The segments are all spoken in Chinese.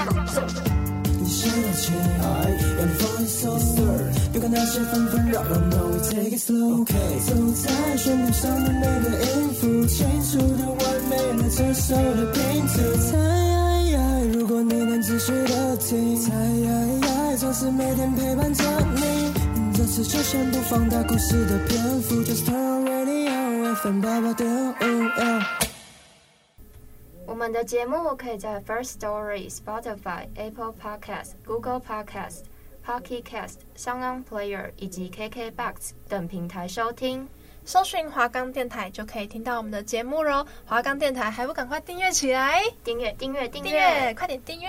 你是我的情爱，让你放松别管那些纷纷扰扰，No we take it slow。走在旋律上的每个音符，清楚的完美了这首的拼图。猜呀呀，如果你能仔细的听，猜呀呀，总是每天陪伴着你。这次就先不放大故事的篇幅，Just turn on radio，FM 八八点五。yeah 我们的节目可以在 First Story、Spotify、Apple Podcast、Google Podcast、Pocket Cast、Sound On Player 以及 KKBox 等平台收听。搜寻华冈电台就可以听到我们的节目喽。华冈电台还不赶快订阅起来？订阅，订阅，订订阅，阅！快点订阅！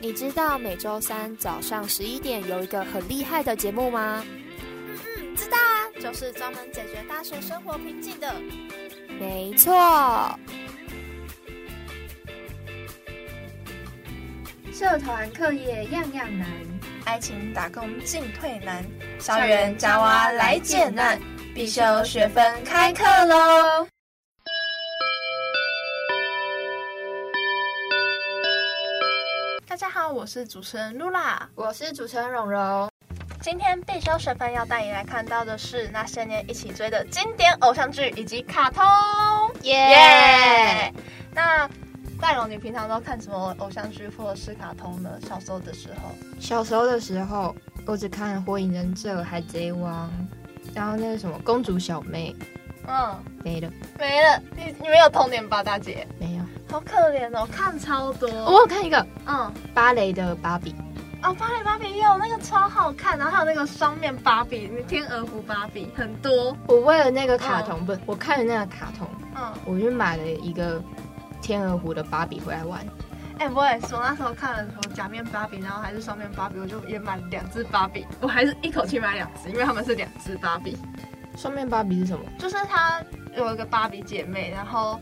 你知道每周三早上十一点有一个很厉害的节目吗？嗯，知道啊，就是专门解决大学生活瓶颈的。没错。社团课业样样难，爱情打工进退难，校园加哇来解难，必修学分开课喽！大家好，我是主持人露拉。我是主持人蓉蓉。今天必修学分要带你来看到的是那些年一起追的经典偶像剧以及卡通，耶耶！那戴荣，你平常都看什么偶像剧或者是卡通呢？小时候的时候，小时候的时候，我只看《火影忍者》《海贼王》，然后那个什么《公主小妹嗯，》没了，没了，你你没有童年吧，大姐？没有。好可怜哦，看超多。我有看一个嗯，芭蕾的芭比，哦，芭比芭比也有那个超好看，然后还有那个双面芭比、天鹅湖芭比，很多。我为了那个卡通，不是我看了那个卡通，嗯，我就买了一个天鹅湖的芭比回来玩。哎、我也是，我那时候看了什么假面芭比，然后还是双面芭比，我就也买了两只芭比，我还是一口气买两只，因为他们是两只芭比，双面芭比是什么？就是她有一个芭比姐妹，然后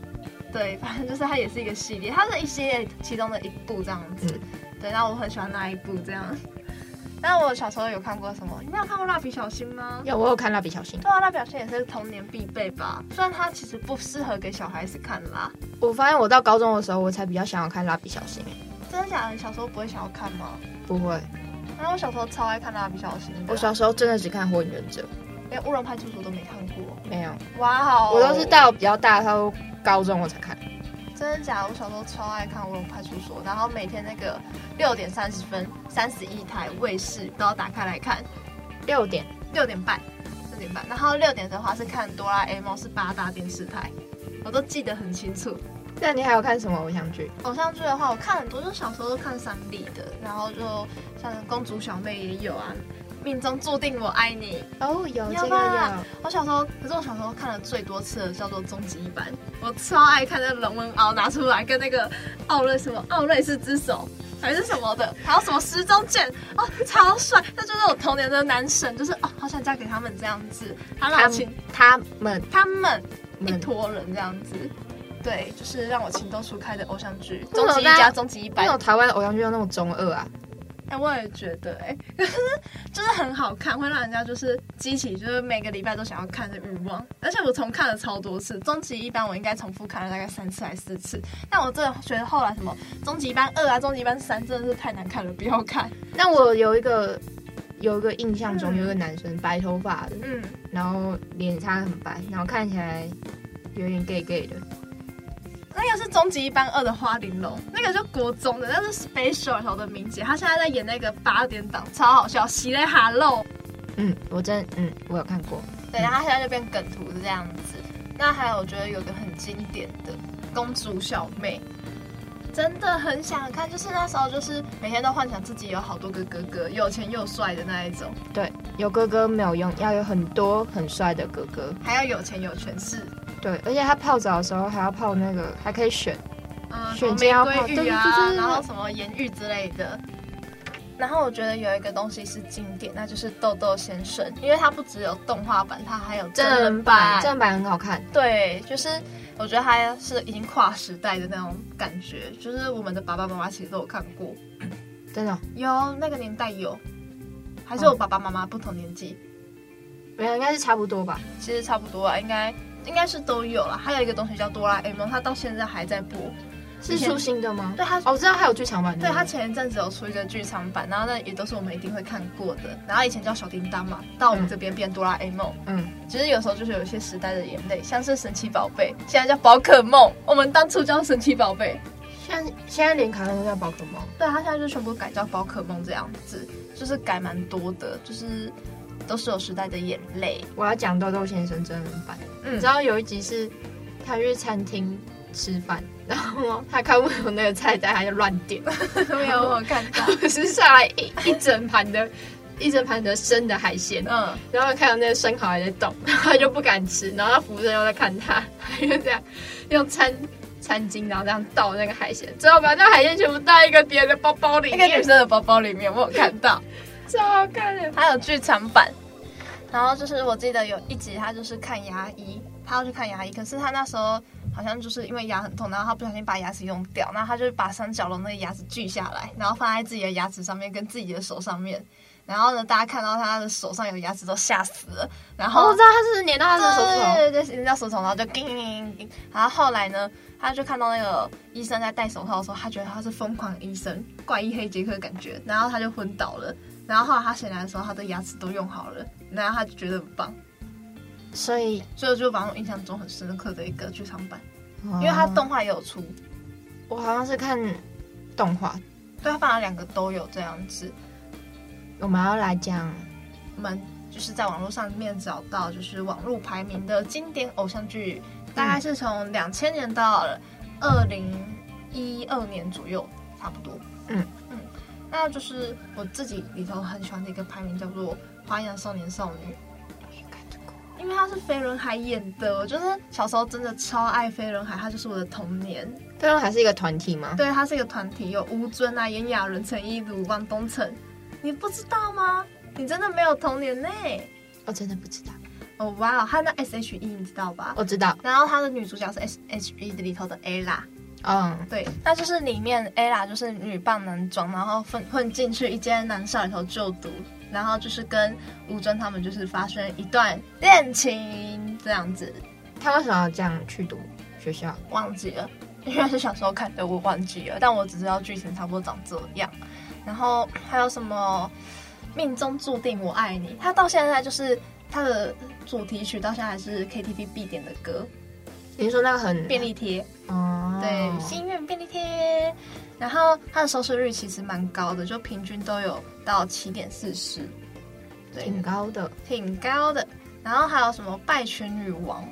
对，反正就是它也是一个系列，它是一系列其中的一部这样子。对，然后我很喜欢那一部这样。但我小时候有看过什么？你没有看过蜡笔小新吗？有，我有看蜡笔小新。对啊，蜡笔小新也是童年必备吧。虽然它其实不适合给小孩子看啦。我发现我到高中的时候，我才比较想要看蜡笔小新、欸真的假的？你小时候不会想要看吗？不会，然后我小时候超爱看蜡笔小新的，我小时候真的只看《火影忍者连《乌龙派出所》都没看过。》，没有，哇哦！我都是到比较大，到高中我才看。真的假的？我小时候超爱看《乌龙派出所》，然后每天那个六点三十分、三十一台卫视都要打开来看，六点，六点半、六点半。然后六点的话是看《哆啦 A 梦》，是八大电视台，我都记得很清楚。那你还有看什么偶像剧？偶像剧的话，我看很多，就是小时候都看三立的，然后就像《公主小妹》也有啊，《命中注定我爱你》。哦，有有吧我小时候，可是我小时候看的最多次的叫做《终极一班》，我超爱看那个龙纹敖拿出来，跟那个奥瑞什么奥瑞斯之手还是什么的，还有什么失踪剑哦，超帅！那就是我童年的男神，就是哦，好想嫁给他们这样子，他让他我情他们他们一们坨人这样子。对，就是让我情窦初开的偶像剧，《为什终么极一大家家》《终极一班那》种台湾的偶像剧都那么中二啊？哎、我也觉得、哎，可是就是很好看，会让人家就是激起就是每个礼拜都想要看的欲望。而且我重看了超多次，终极一班我应该重复看了大概三次还是四次。但我真的觉得后来什么终极一班二啊、终极一班三真的是太难看了，不要看。那我有一个有一个印象中嗯有一个男生白头发的，嗯，然后脸擦得很白，然后看起来有点 gay gay 的。那个是终极一班二的花玲珑，那个就国中的，那是 special 里头的明姐，她现在在演那个八点档，超好笑，喜泪哈喽。嗯，我真嗯，我有看过。对，然后他现在就变梗图是这样子。那还有，我觉得有个很经典的《公主小妹》，真的很想看。就是那时候，就是每天都幻想自己有好多个哥哥，有钱又帅的那一种，对，有哥哥没有用，要有很多很帅的哥哥。还要有钱有权势，对，而且他泡澡的时候还要泡那个，还可以选。嗯，什么选玫家瑰吧对浴对啊，对对然后什么盐浴之类的。然后我觉得有一个东西是经典，那就是豆豆先生，因为它不只有动画版，它还有真人版。正版很好看。对，就是我觉得它是已经跨时代的那种感觉，就是我们的爸爸妈妈其实都有看过，真的哦、有那个年代有，还是我爸爸妈妈不同年纪，没有，应该是差不多吧。其实差不多啊，应该应该是都有了。还有一个东西叫哆啦 A 梦，它到现在还在播，是出新的吗？对他哦，我知道还有剧场版的。对他前一阵子有出一个剧场版，然后那也都是我们一定会看过的。然后以前叫小叮当嘛，到我们这边变哆啦 A 梦。嗯，其实有时候就是有一些时代的眼泪，像是神奇宝贝，现在叫宝可梦，我们当初叫神奇宝贝。现在现在连卡通都叫宝可梦。对，他现在就全部改叫宝可梦这样子，就是改蛮多的，就是都是有时代的眼泪。我要讲豆豆先生真人版，你嗯知道有一集是他去餐厅吃饭， 然后他看不懂那个菜单，他就乱点， 没有我有看 到，可是下来一一整盘的。一整盘的生的海鲜，嗯，然后看到那个生蚝还在动， 然后他就不敢吃，然后他服务生又在看他，他就这样用餐餐巾，然后这样倒那个海鲜，最后把那海鲜全部倒一个别人的包包里那个面女，生的包包里面我有看到。超好看的。还有剧场版。然后就是我记得有一集他就是看牙医，他要去看牙医，可是他那时候好像就是因为牙很痛，然后他不小心把牙齿用掉，然后他就把三角龙那个牙齿锯下来，然后放在自己的牙齿上面跟自己的手上面。然后呢，大家看到他的手上有牙齿都吓死 了。然哦，后我知道他是粘到他的手指头，对对对，人家手头，然后就叮叮叮叮。然后后来呢，他就看到那个医生在戴手套的时候，他觉得他是疯狂医生，怪医黑杰克的感觉，然后他就昏倒了。然后后来他醒来的时候，他的牙齿都用好了，然后他就觉得很棒，所以所以就把我印象中很深刻的一个剧场版，因为他哦动画也有出，我好像是看动画。对他反正两个都有这样子。我们要来讲，我们就是在网络上面找到，就是网络排名的经典偶像剧，大概是从两千年到二零一二年左右，差不多。嗯嗯，那就是我自己里头很喜欢的一个排名叫做《花样少年少女》。因为他是飞轮海演的，我就是小时候真的超爱飞轮海，他就是我的童年。对方还是一个团体吗？对，它是一个团体，有吴尊啊、炎亚纶、陈意如、汪东城，你不知道吗？你真的没有童年呢、我真的不知道，哦哇哦，还有那 S H E 你知道吧？我知道，然后她的女主角是 S H E 里头的 Ella，嗯，对，那就是里面 Ella 就是女扮男装，然后混混进去一间男校里头就读，然后就是跟吴尊他们就是发生一段恋情这样子，他为什么要这样去读学校？忘记了，因为是小时候看的，我忘记了，但我只知道剧情差不多长这样。然后还有什么命中注定我爱你，它到现在就是它的主题曲到现在还是 KTV 必点的歌，你说那个很便利贴。哦，对，心愿便利贴。然后它的收视率其实蛮高的，就平均都有到七点四十，对，挺高的。挺高的。然后还有什么拜权女王，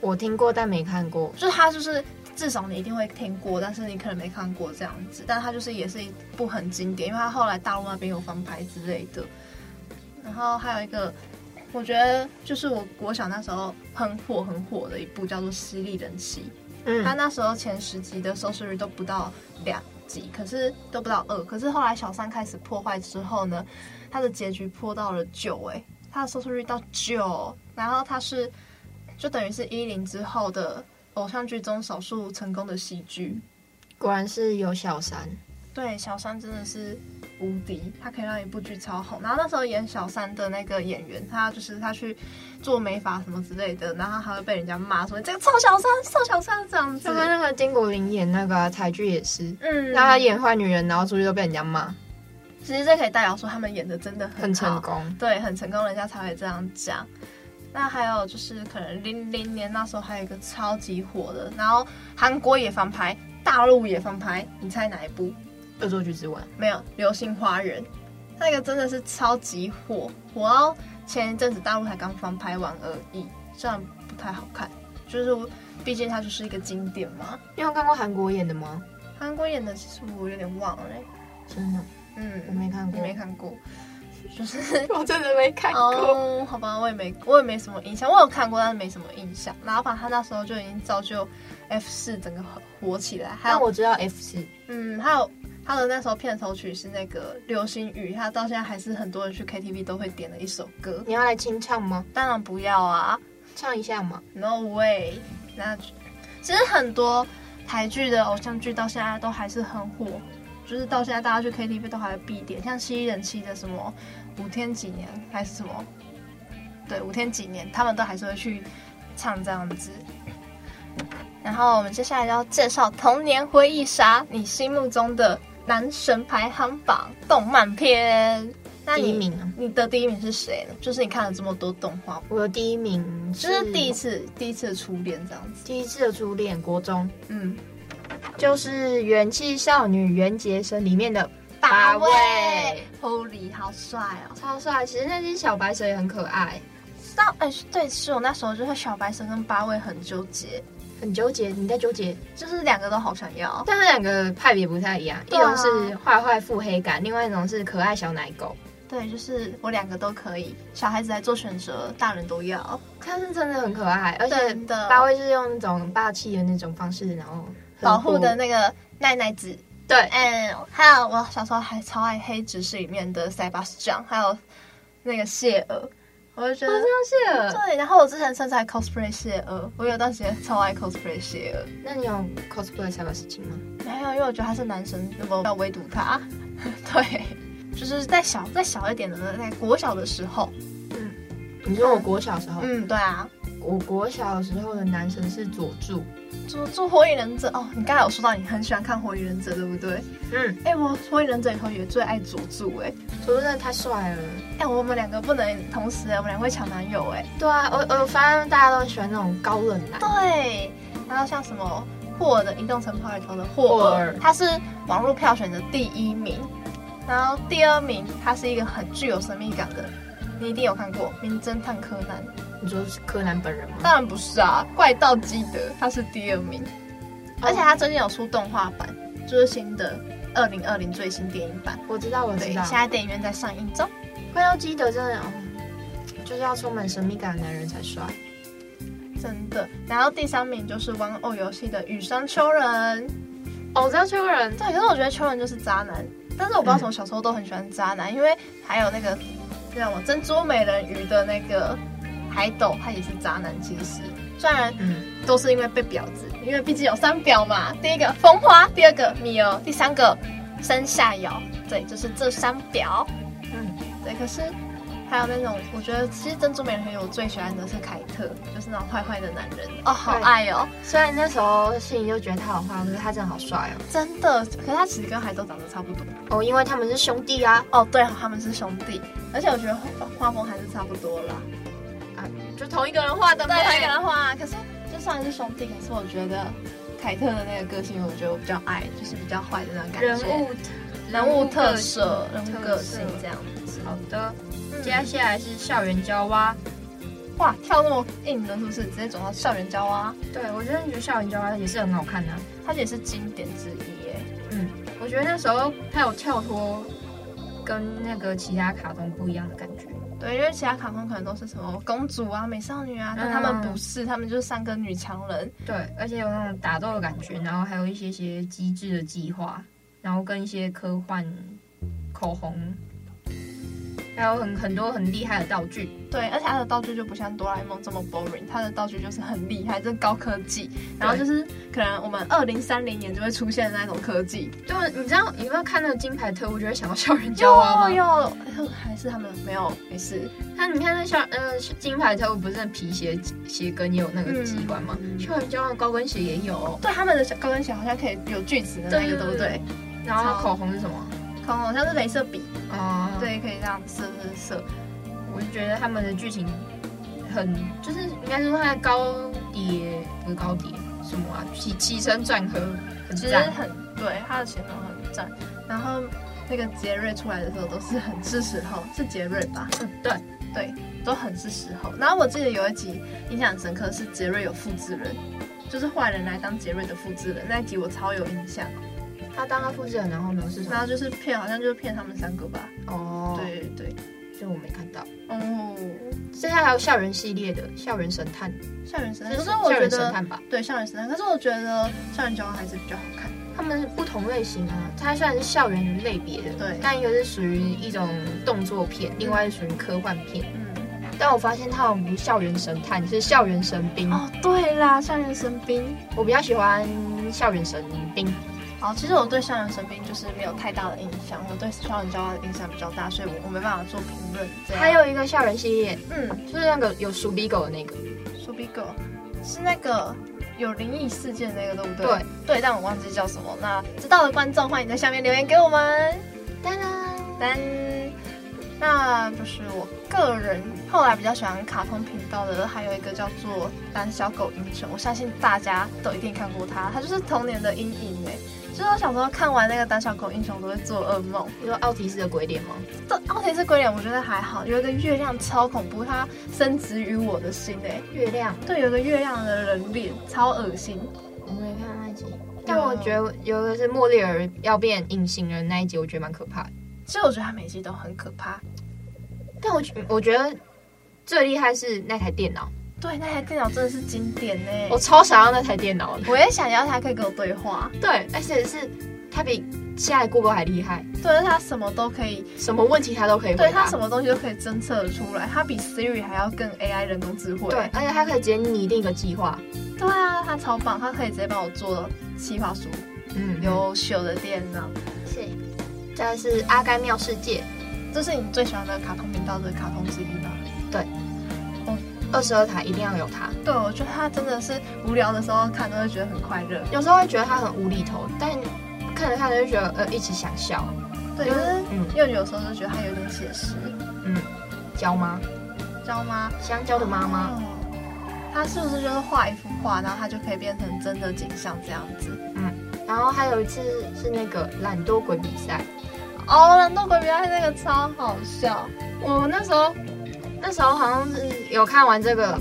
我听过但没看过，就是它就是至少你一定会听过，但是你可能没看过这样子。但它就是也是一部很经典，因为它后来大陆那边有翻拍之类的。然后还有一个，我觉得就是我国小那时候很火很火的一部叫做《犀利人妻》。他嗯，那时候前十集的收视率都不到两集，可是都不到二，可是后来小三开始破坏之后呢，他的结局破到了九，哎，他的收视率到九，然后他是就等于是一零之后的偶像剧中少数成功的喜剧。果然是有小三，对，小三真的是无敌，他可以让一部剧超红。然后那时候演小三的那个演员，他就是他去做美发什么之类的，然后还会被人家骂说你这个臭小三，臭小三这样子像。他那个金谷林演那个啊台剧也是，嗯，那他演坏女人，然后出去都被人家骂，其实这可以代表说他们演的真的很很成好，功。对，很成功，人家才会这样讲。那还有就是可能零零年那时候还有一个超级火的，然后韩国也翻拍，大陆也翻拍，你猜哪一部？恶作剧之吻，没有，《流星花园》那个真的是超级火，火到前一阵子大陆才刚翻拍完而已，虽然不太好看，就是毕竟它就是一个经典嘛。你有看过韩国演的吗？韩国演的其实我有点忘了、欸，真的，嗯，我没看你过，没看过，就是我真的没看过。哦，好吧，我也没我也没什么印象，我有看过，但是没什么印象。然后把他那时候就已经造就 F 四整个火起来，还但有我知道 F 四，嗯，还有他的那时候片头曲是那个《流星雨》，他到现在还是很多人去 KTV 都会点的一首歌。你要来清唱吗？当然不要啊唱一下嘛。 ，No way！那就其实很多台剧的偶像剧到现在都还是很火。就是到现在，大家去 KTV 都还会必点，像七人七的什么五天几年还是什么，对，五天几年，他们都还是会去唱这样子。然后我们接下来要介绍童年回忆杀，你心目中的男神排行榜动漫片。那第你一名啊，你的第一名是谁呢？就是你看了这么多动画，我的第一名这是第一次第一次的初恋这样子。第一次的初恋，国中嗯，就是《元气少女缘结生》里面的八八位位， ，Holy 好帅哦！超帅。其实那只小白蛇也很可爱，到哎、对，其实我那时候就是小白蛇跟八位很纠结，很纠结。你在纠结，就是两个都好想要。但是两个派别不太一样，一对啊种是坏坏腹黑感，另外一种是可爱小奶狗。对，就是我两个都可以，小孩子在做选择，大人都要。它是真的很可爱，而且真的八位是用那种霸气的那种方式，然后保护的那个奈奈子。对嗯，还有我小时候还超爱《黑执事》里面的塞巴斯酱，还有那个谢娥，我就觉得我。知道是了。对，然后我之前甚至还 cosplay 谢娥，我有段时间超爱 cosplay 谢娥，那你有 cosplay 小白事情吗？没有，因为我觉得他是男神，我要围堵他。 对，就是在小再小一点的，在国小的时候，你说我国小时候，嗯，对啊，我国小时候的男神是佐助，做做火影忍者哦，你刚才有说到你很喜欢看火影忍者，对不对？嗯，哎、我火影忍者里头也最爱佐助、哎，佐助真的太帅了。哎、我们两个不能同时，我们两个会抢男友哎、对啊，我我发现大家都喜欢那种高冷男，对，然后像什么霍尔的移动城堡里头的霍霍尔尔，他是网络票选的第一名，然后第二名他是一个很具有神秘感的，你一定有看过《名侦探柯南》？你说是柯南本人吗？哦当然不是啊，怪盗基德他是第二名，而且他最近有出动画版，就是新的二零二零最新电影版，我知道，我对知，道。现在电影院在上映中。怪盗基德真的，哦就是要充满神秘感的男人才帅。真的，然后第三名就是玩偶游戏的羽山丘人，哦，我知道这个人，对，可是我觉得秋人就是渣男，但是我不知道为什么小时候都很喜欢渣男，因为还有那个那种珍珠美人鱼的那个海斗，他也是渣男。其实虽然嗯，都是因为被婊子，因为毕竟有三婊嘛，第一个风花，第二个米儿，第三个生下瑶，对，就是这三婊。嗯，对，可是。还有那种，我觉得其实《珍珠美人鱼》我最喜欢的是凯特，就是那种坏坏的男人哦，好对爱哦，虽然那时候心里就觉得他好坏，可是他真的好帅哦。真的。可是他其实跟海斗长得差不多，哦，因为他们是兄弟啊，哦，对，他们是兄弟，而且我觉得画画风还是差不多啦。就同一个人画的嘛。他的画，可是就算是兄弟，可是我觉得凯特的那个个性，我觉得我比较爱，就是比较坏的那种感觉。人物人物特色，人物特个性这样子。好的，嗯接下来是校园交蛙。哇，跳那么硬的，是不是直接走到校园交啊？对，我真的觉得校园交蛙也是很好看的、啊它也是经典之一耶。我觉得那时候他有跳脱跟那个其他卡通不一样的感觉。对，因为其他卡通可能都是什么公主啊、美少女啊，但他们不是，他们就是三个女强人。对，而且有那种打斗的感觉，然后还有一些些机智的计划，然后跟一些科幻口红，还有很很多很厉害的道具。对，而且它的道具就不像哆啦 A 梦这么 boring，它的道具就是很厉害，这是高科技。然后就是可能我们二零三零年就会出现的那种科技。对，你知道你有没有看那个金牌特务，就会想到校园交蛙吗？哦有，还是他们没有没事。他你看那校呃金牌特务不是那皮鞋呃鞋跟也有那个机关吗？嗯校园交蛙的高跟鞋也有哦、对，他们的小高跟鞋好像可以有锯齿的那个，对对不对？然后口红是什么？可能好像是镭射笔，哦、，对，可以这样射射射。我就觉得他们的剧情很，就是应该说他的高跌不是高跌什么啊，起起承转合很其实赞。很对，他的前头很赞。然后那个杰瑞出来的时候都是很是时候，是杰瑞吧？嗯，对，对，都很是时候。然后我记得有一集印象很深刻，是杰瑞有复制人，就是坏人来当杰瑞的复制人，那一集我超有印象。他当他复制人，然后没有事情然。后就是骗，好像就是骗他们三个吧。哦，对对对，对，这我没看到。哦，现在还有校园系列的《校园神探》，校园神探，可是是我校觉园神得探吧？对校园神探，可是我觉得校园交换还是比较好看。他们是不同类型啊，它虽然是校园类别的，对但一个是属于一种动作片，另外是属于科幻片。嗯，但我发现它有比校园神探，是校园神兵。哦对啦，校园神兵。我比较喜欢校园神兵。哦，其实我对校园神兵就是没有太大的印象，我对校园交换的印象比较大，所以我我没办法做评论。这样还有一个校园系列，嗯，就是那个有鼠比狗的那个，鼠比狗是那个有灵异事件那个，对不对？对对，但我忘记叫什么。那知道的观众，欢迎在下面留言给我们。当然。但那就是我个人后来比较喜欢卡通频道的，还有一个叫做《胆小狗英雄》，我相信大家都一定看过它，它就是童年的阴影哎、就是我小时候看完那个《胆小狗英雄》都会做噩梦。你说奥提斯的鬼脸吗？这奥田是鬼脸，我觉得还好。有一个月亮超恐怖，它深植于我的心哎、月亮，对，有一个月亮的人脸超恶心。我没看那一集。但我觉得有的是莫莉尔要变隐形人那一集，我觉得蛮可怕的。其实我觉得它每集都很可怕。但我觉我觉得最厉害是那台电脑，对，那台电脑真的是经典呢、我超想要那台电脑的。我也想要它可以跟我对话，对，而且是它比现在 Google 还厉害，对，它什么都可以，什么问题它都可以回答。对它什么东西都可以侦测得出来，它比 Siri 还要更 AI 人工智慧。对，而且它可以直接拟定一个计划。对啊，它超棒，它可以直接帮我做企划书，嗯，有优秀的电脑。是，再来是《阿甘妙世界这是你最喜欢的卡通频道的卡通之一吗？》二十二台一定要有它。对，我觉得它真的是无聊的时候看都会觉得很快乐。有时候会觉得它很无厘头，但看着看着就觉得呃一起想笑。对，可是嗯又有时候就觉得它有点写实，嗯，教吗？知道吗？香蕉的妈妈，哦，他是不是就是画一幅画，然后他就可以变成真的景象这样子？然后还有一次是那个懒惰鬼比赛，哦，蓝豆鬼比赛那个超好笑，我那时候那时候好像是有看完这个，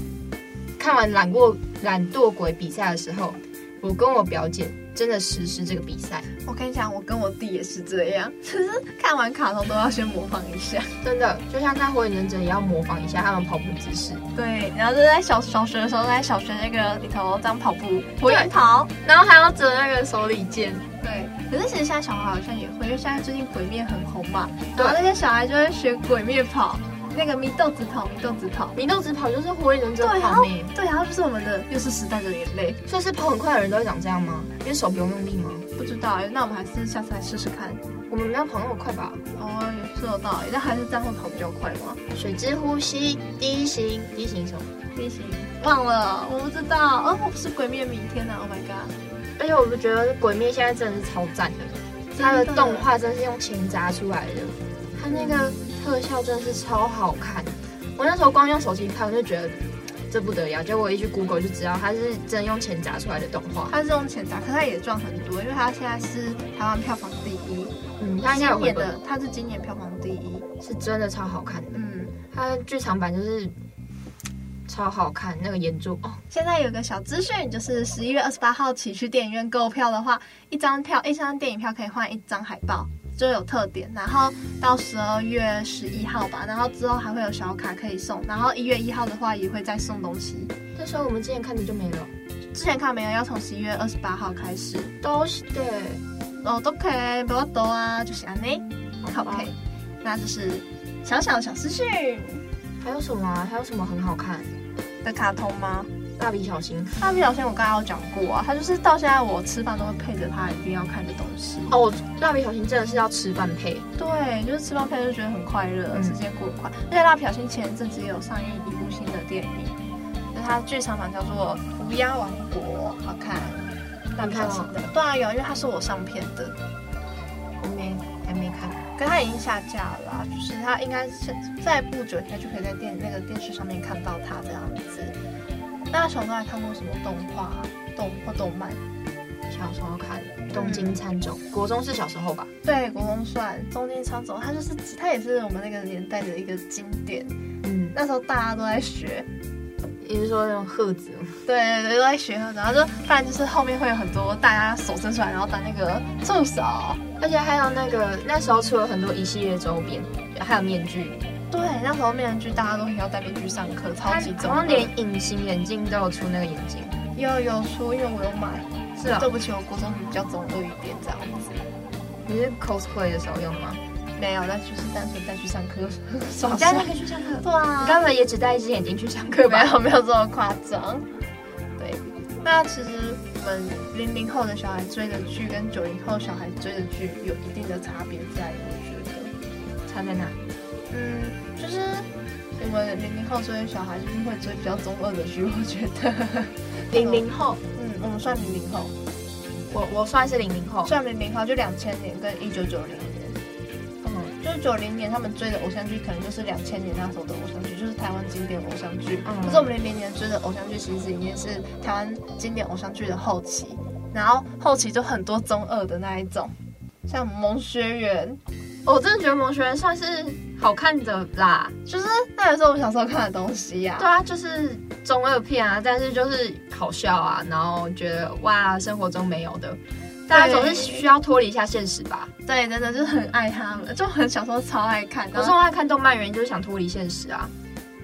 看完懒过懒惰鬼比赛的时候，我跟我表姐真的实施这个比赛，我跟你讲，我跟我弟也是这样，就是看完卡通都要先模仿一下。真的就像看火影忍者也要模仿一下他们跑步姿势，对，然后就在小小学的时候，在小学那个里头这样跑步，火影跑。然后还要折那个手里剑，对，可是其实现在小孩好像也会，因为现在最近鬼灭很红嘛，对然后那些小孩就会学鬼灭跑，那个祢豆子跑，祢豆子跑。米豆子跑就是火影忍者对，然跑后呢，对，然后就是我们的又是时代的眼泪。所以是跑很快的人都会长这样吗？因为手不用用力吗？不知道哎，那我们还是下次来试试看。我们没有跑那么快吧？哦，也是有道理，但还是这样会跑比较快吗？水之呼吸第一型，第一型什么？地形忘了，我不知道。哦，我不是鬼灭迷，天哪！Oh my god！而哎且我们觉得《鬼灭》现在真的是超赞的，它的动画真是用钱砸出来的，它那个特效真的是超好看。我那时候光用手机看，我就觉得嘖这不得了，结果我一去 Google 就知道它是真用钱砸出来的动画。他是用钱砸，可他也赚很多，因为他现在是台湾票房第一，嗯，它应该有今回年本，的，他是今年票房第一。是真的超好看的。嗯，它的剧场版就是嘖超好看，那个眼珠哦，现在有个小资讯，就是十一月二十八号起去电影院购票的话，一张票一张电影票可以换一张海报，就有特点。然后到十二月十一号吧，然后之后还会有小卡可以送，然后一月一号的话也会再送东西。那时候我们之前看的就没了，之前看没有，要从十一月二十八号开始都是对，哦，都可以，不要抖啊，就是安内好吧，OK，那就是小小的小思绪还有什么啊？还有什么很好看？的卡通吗？蜡笔小新蜡笔小新我刚才有讲过啊，它就是到现在我吃饭都会配着它一定要看的东西。哦，蜡笔小新真的是要吃饭配。对，就是吃饭配就觉得很快乐，嗯时间过得快。而且蜡笔小新前一阵子也有上映一部新的电影，就是它剧场版叫做《乌鸦王国》，好看。蜡笔小哦新的，对啊，有，因为它是我上片的，我没还没看。可它已经下架了啊，就是它应该是在不久应该就可以在电那个电视上面看到它这样子。那小时候还看过什么动画、动或动漫？小时候看《东京喰种》国中是小时候吧？对，国风算《中间枪走》，它就是它也是我们那个年代的一个经典，嗯，那时候大家都在学。也就是说那种鹤子，对对，都在学然后就不然就是后面会有很多大家手伸出来，然后当那个助手。而且还有那个那时候出了很多一系列周边，还有面具，对，那时候面具大家都很要戴面具上课，超它级重好要像。连隐形眼镜都有出那个眼镜，有有出，因为我有买。是啊、对不起，我国中比较中二一点这样子。你是 cosplay 的时候用吗？没有，那就是单纯带去上课 你耍家帅那。个去上课，对啊你该不会也只戴一只眼睛去上课没吧？有没有这么夸张。对，那其实我们零零后的小孩追的剧跟九零后小孩追的剧有一定的差别在，我觉得。差在哪？嗯，就是我们零零后追的小孩就是会追比较中二的剧，我觉得。零零后，嗯，我们算零零后，我我算是零零后，算零零后就两千年跟一九九零年，嗯就是九零年他们追的偶像剧，可能就是两千年那时候的偶像剧，就是台湾经典偶像剧。嗯可是我们零零年追的偶像剧，其实已经是台湾经典偶像剧的后期，然后后期就很多中二的那一种，像《萌学园我真的觉得《萌学园》算是好看的啦。》，就是那也是我们小时候看的东西呀、对啊，就是中二片啊，但是就是好笑啊，然后觉得哇，生活中没有的，大家总是需要脱离一下现实吧。对，真的就是很爱他们，就很小时候超爱看。可然是后我爱看动漫原因就是想脱离现实啊。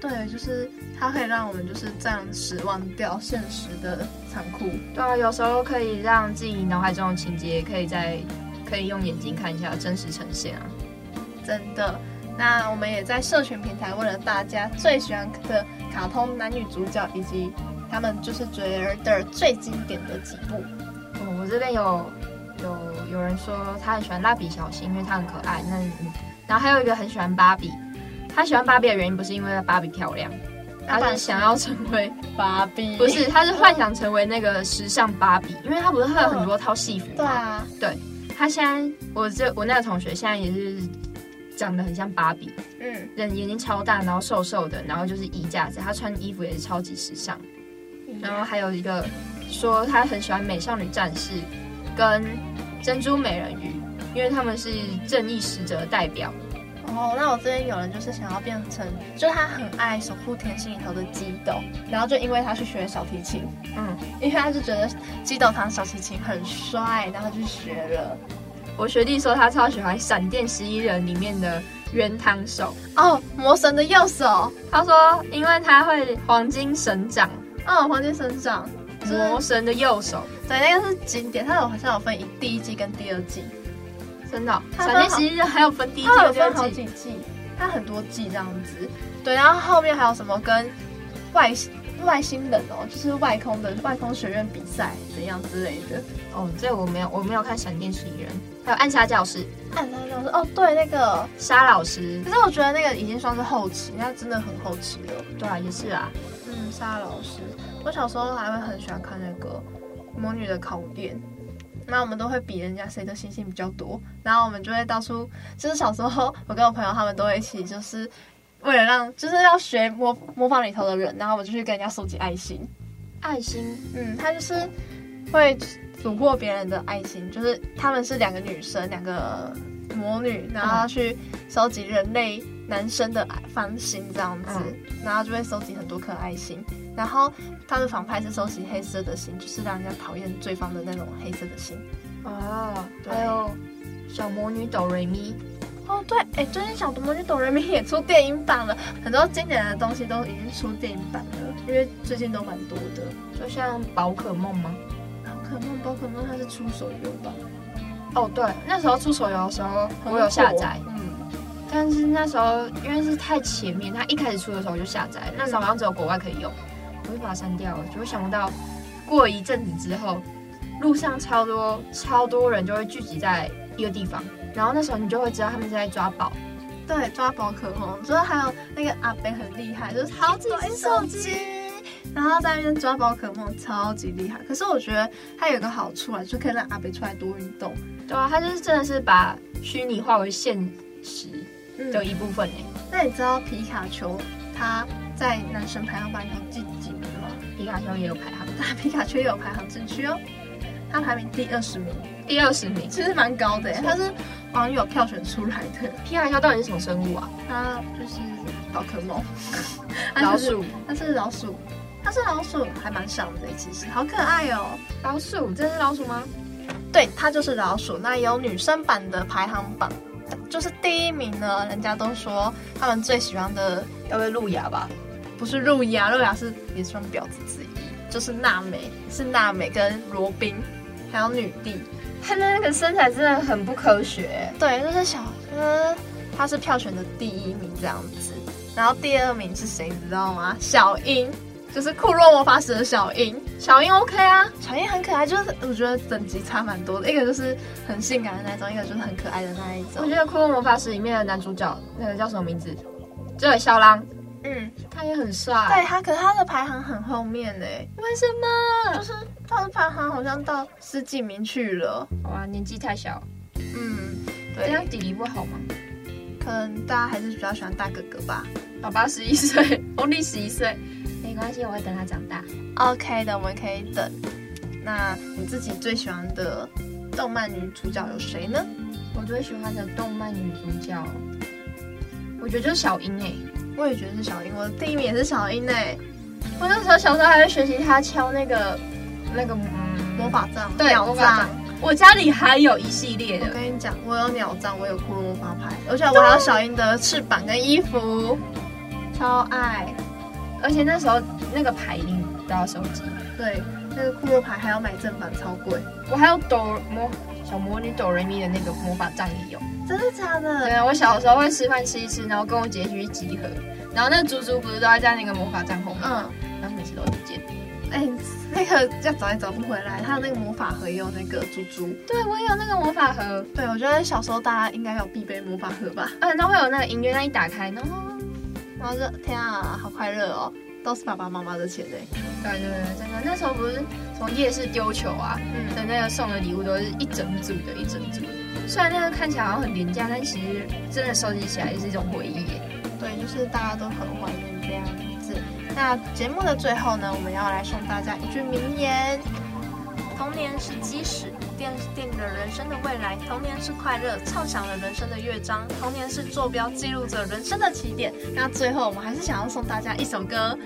对，就是它可以让我们就是暂时忘掉现实的残酷。对啊，有时候可以让自己脑海中的情节可以在可以用眼睛看一下真实呈现啊。真的。那我们也在社群平台问了大家最喜欢的卡通男女主角，以及他们就是觉得最经典的几部。哦，我这边有有有人说他很喜欢蜡笔小新，因为他很可爱。那嗯然后还有一个很喜欢芭比，他喜欢芭比的原因不是因为芭比漂亮，他是想要成为芭比不是，他是幻想成为那个时尚芭比，因为他不是会有很多套戏服吗？对啊，他现在我这我那个同学现在也是长得很像芭比，嗯，人眼睛超大，然后瘦瘦的，然后就是衣架子，他穿衣服也是超级时尚。然后还有一个说他很喜欢美少女战士跟珍珠美人鱼，因为他们是正义使者的代表。哦，那我这边有人就是想要变成，就他很爱《守护甜心》里头的基豆，然后就因为他去学小提琴，嗯，因为他就觉得基豆弹小提琴很帅，然后就去学了。我学弟说他超喜欢《闪电十一人》里面的原汤手，哦，魔神的右手，他说因为他会黄金神掌，嗯，黄金神掌，就是魔神的右手。对，那个是经典，它有好像有分一第一季跟第二季，真的、哦，它闪分好电十一人还有分第一季它有和第分二好季，几季，它很多季这样子。对，然后后面还有什么跟外星外星人哦，就是外空的外空学院比赛怎样之类的。哦，这我没有，我没有看闪电十一人，还有暗杀教室、按他老师哦，对那个，沙老师可，是我觉得那个已经算是后期，那真的很后期了。对啊，也是啊，嗯，沙老师，我小时候还会很喜欢看那个《魔女的考验》，那我们都会比人家谁的星星比较多，然后我们就会到处，就是小时候我跟我朋友他们都会一起，就是为了让就是要学模模仿里头的人，然后我就去跟人家收集爱心。爱心嗯，他就是会虏获别人的爱心，就是他们是两个女生，两个魔女，然后去收集人类男生的芳心这样子，然后就会收集很多颗爱心。然后他的反派是收集黑色的心，就是让人家讨厌对方的那种黑色的心。哦，对还有小魔女哆瑞咪，哦，对，哎，最近小魔女哆瑞咪也出电影版了，很多经典的东西都已经出电影版了，因为最近都蛮多的。就像宝可梦吗？宝可梦，宝可梦它是出手游吧？哦，对，那时候出手游的时候我有下载，嗯。但是那时候因为是太前面，它一开始出的时候我就下载，那时候好像只有国外可以用，我就把它删掉了。结果想不到，过一阵子之后，路上超多超多人就会聚集在一个地方，然后那时候你就会知道他们是在抓宝。对，抓宝可梦，就是还有那个阿北很厉害，就是好几只手机，然后在那边抓宝可梦，超级厉害。可是我觉得它有一个好处啊，就可以让阿北出来多运动。对啊，它就是真的是把虚拟化为现实的嗯，一部分诶、欸那你知道皮卡丘它在男神排行榜里头第几名吗？ 欸皮卡丘也有排行但皮卡丘也有排行进去哦，它排名第二十名，第二十名。其实蛮高的耶，它是网友票选出来的。皮卡丘到底是什么生物啊？它就是宝可 梦，它老就是鼠，它是老鼠，它是老鼠，还蛮像的，其实好可爱哦。老鼠，真的是老鼠吗？对，它就是老鼠。那有女生版的排行榜，就是第一名呢，人家都说他们最喜欢的要不要路亚吧？不是路亚，路亚是也算婊子之一，就是娜美，是娜美跟罗宾，还有女帝。它的那个身材真的很不科学、对，就是小，嗯，她是票选的第一名这样子。然后第二名是谁，你知道吗？小樱，就是库洛魔法使的小樱。小樱 OK 啊，小樱很可爱，就是我觉得等级差蛮多的，一个就是很性感的那一种，一个就是很可爱的那一种。我觉得《骷髅魔法使》里面的男主角那个叫什么名字？这位肖郎，嗯，他也很帅。对，他，可是他的排行很后面呢、为什么？就是他的排行好像到十几名去了。好啊，年纪太小，嗯，这样对，弟弟不好吗？可能大家还是比较喜欢大哥哥吧。爸爸十一 岁，only 十一岁，没关系，我会等他长大。 OK 的，我们可以等。那你自己最喜欢的动漫女主角有谁呢？我最喜欢的动漫女主角，我觉得就是小樱哎、我也觉得是小樱，我的第一名也是小樱欸诶、我那时候小时候还会学习她敲那个那个魔嗯，法杖、对鸟魔法杖杖。我家里还有一系列我的，跟你讲，我有鸟杖，我有骷髅魔法牌，而且我还有小樱的翅膀跟衣服，超爱。而且那时候那个牌一定都要收集。对，那个骷髅牌还要买正版，超贵。我还有哆魔小魔女哆瑞咪的那个魔法杖也有。真的假对的？啊，我小时候会吃饭吃一吃，然后跟我姐去集合，然后那个猪猪不是都要在那个魔法杖后面，嗯，然后每次都不见。哎、那个要找也找不回来，它的那个魔法盒也有那个猪猪。对，我也有那个魔法盒，对，我觉得小时候大家应该有必备魔法盒吧。嗯，都会有那个音乐，那一打开，然后然后就天啊，好快乐哦，都是爸爸妈妈的钱哎。对对对，真的，那时候不是从夜市丢球啊，嗯，的那个送的礼物都是一整组的，一整组的。虽然那个看起来好像很廉价，但其实真的收集起来也是一种回忆耶。对，就是大家都很怀念这样子。那节目的最后呢，我们要来送大家一句名言。童年是基石，奠定了人生的未来；童年是快乐，畅想了人生的乐章；童年是坐标，记录着人生的起点。那最后我们还是想要送大家一首歌，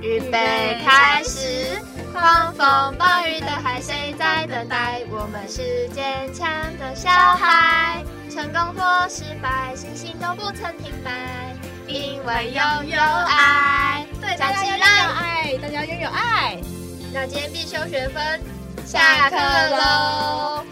预备开始，狂风暴雨的海，谁在等待？我们是坚强的小孩，成功或失败，星星都不曾停摆，因为拥有爱。对，站起来，爱，大家拥有爱。那今天必修学分下课喽。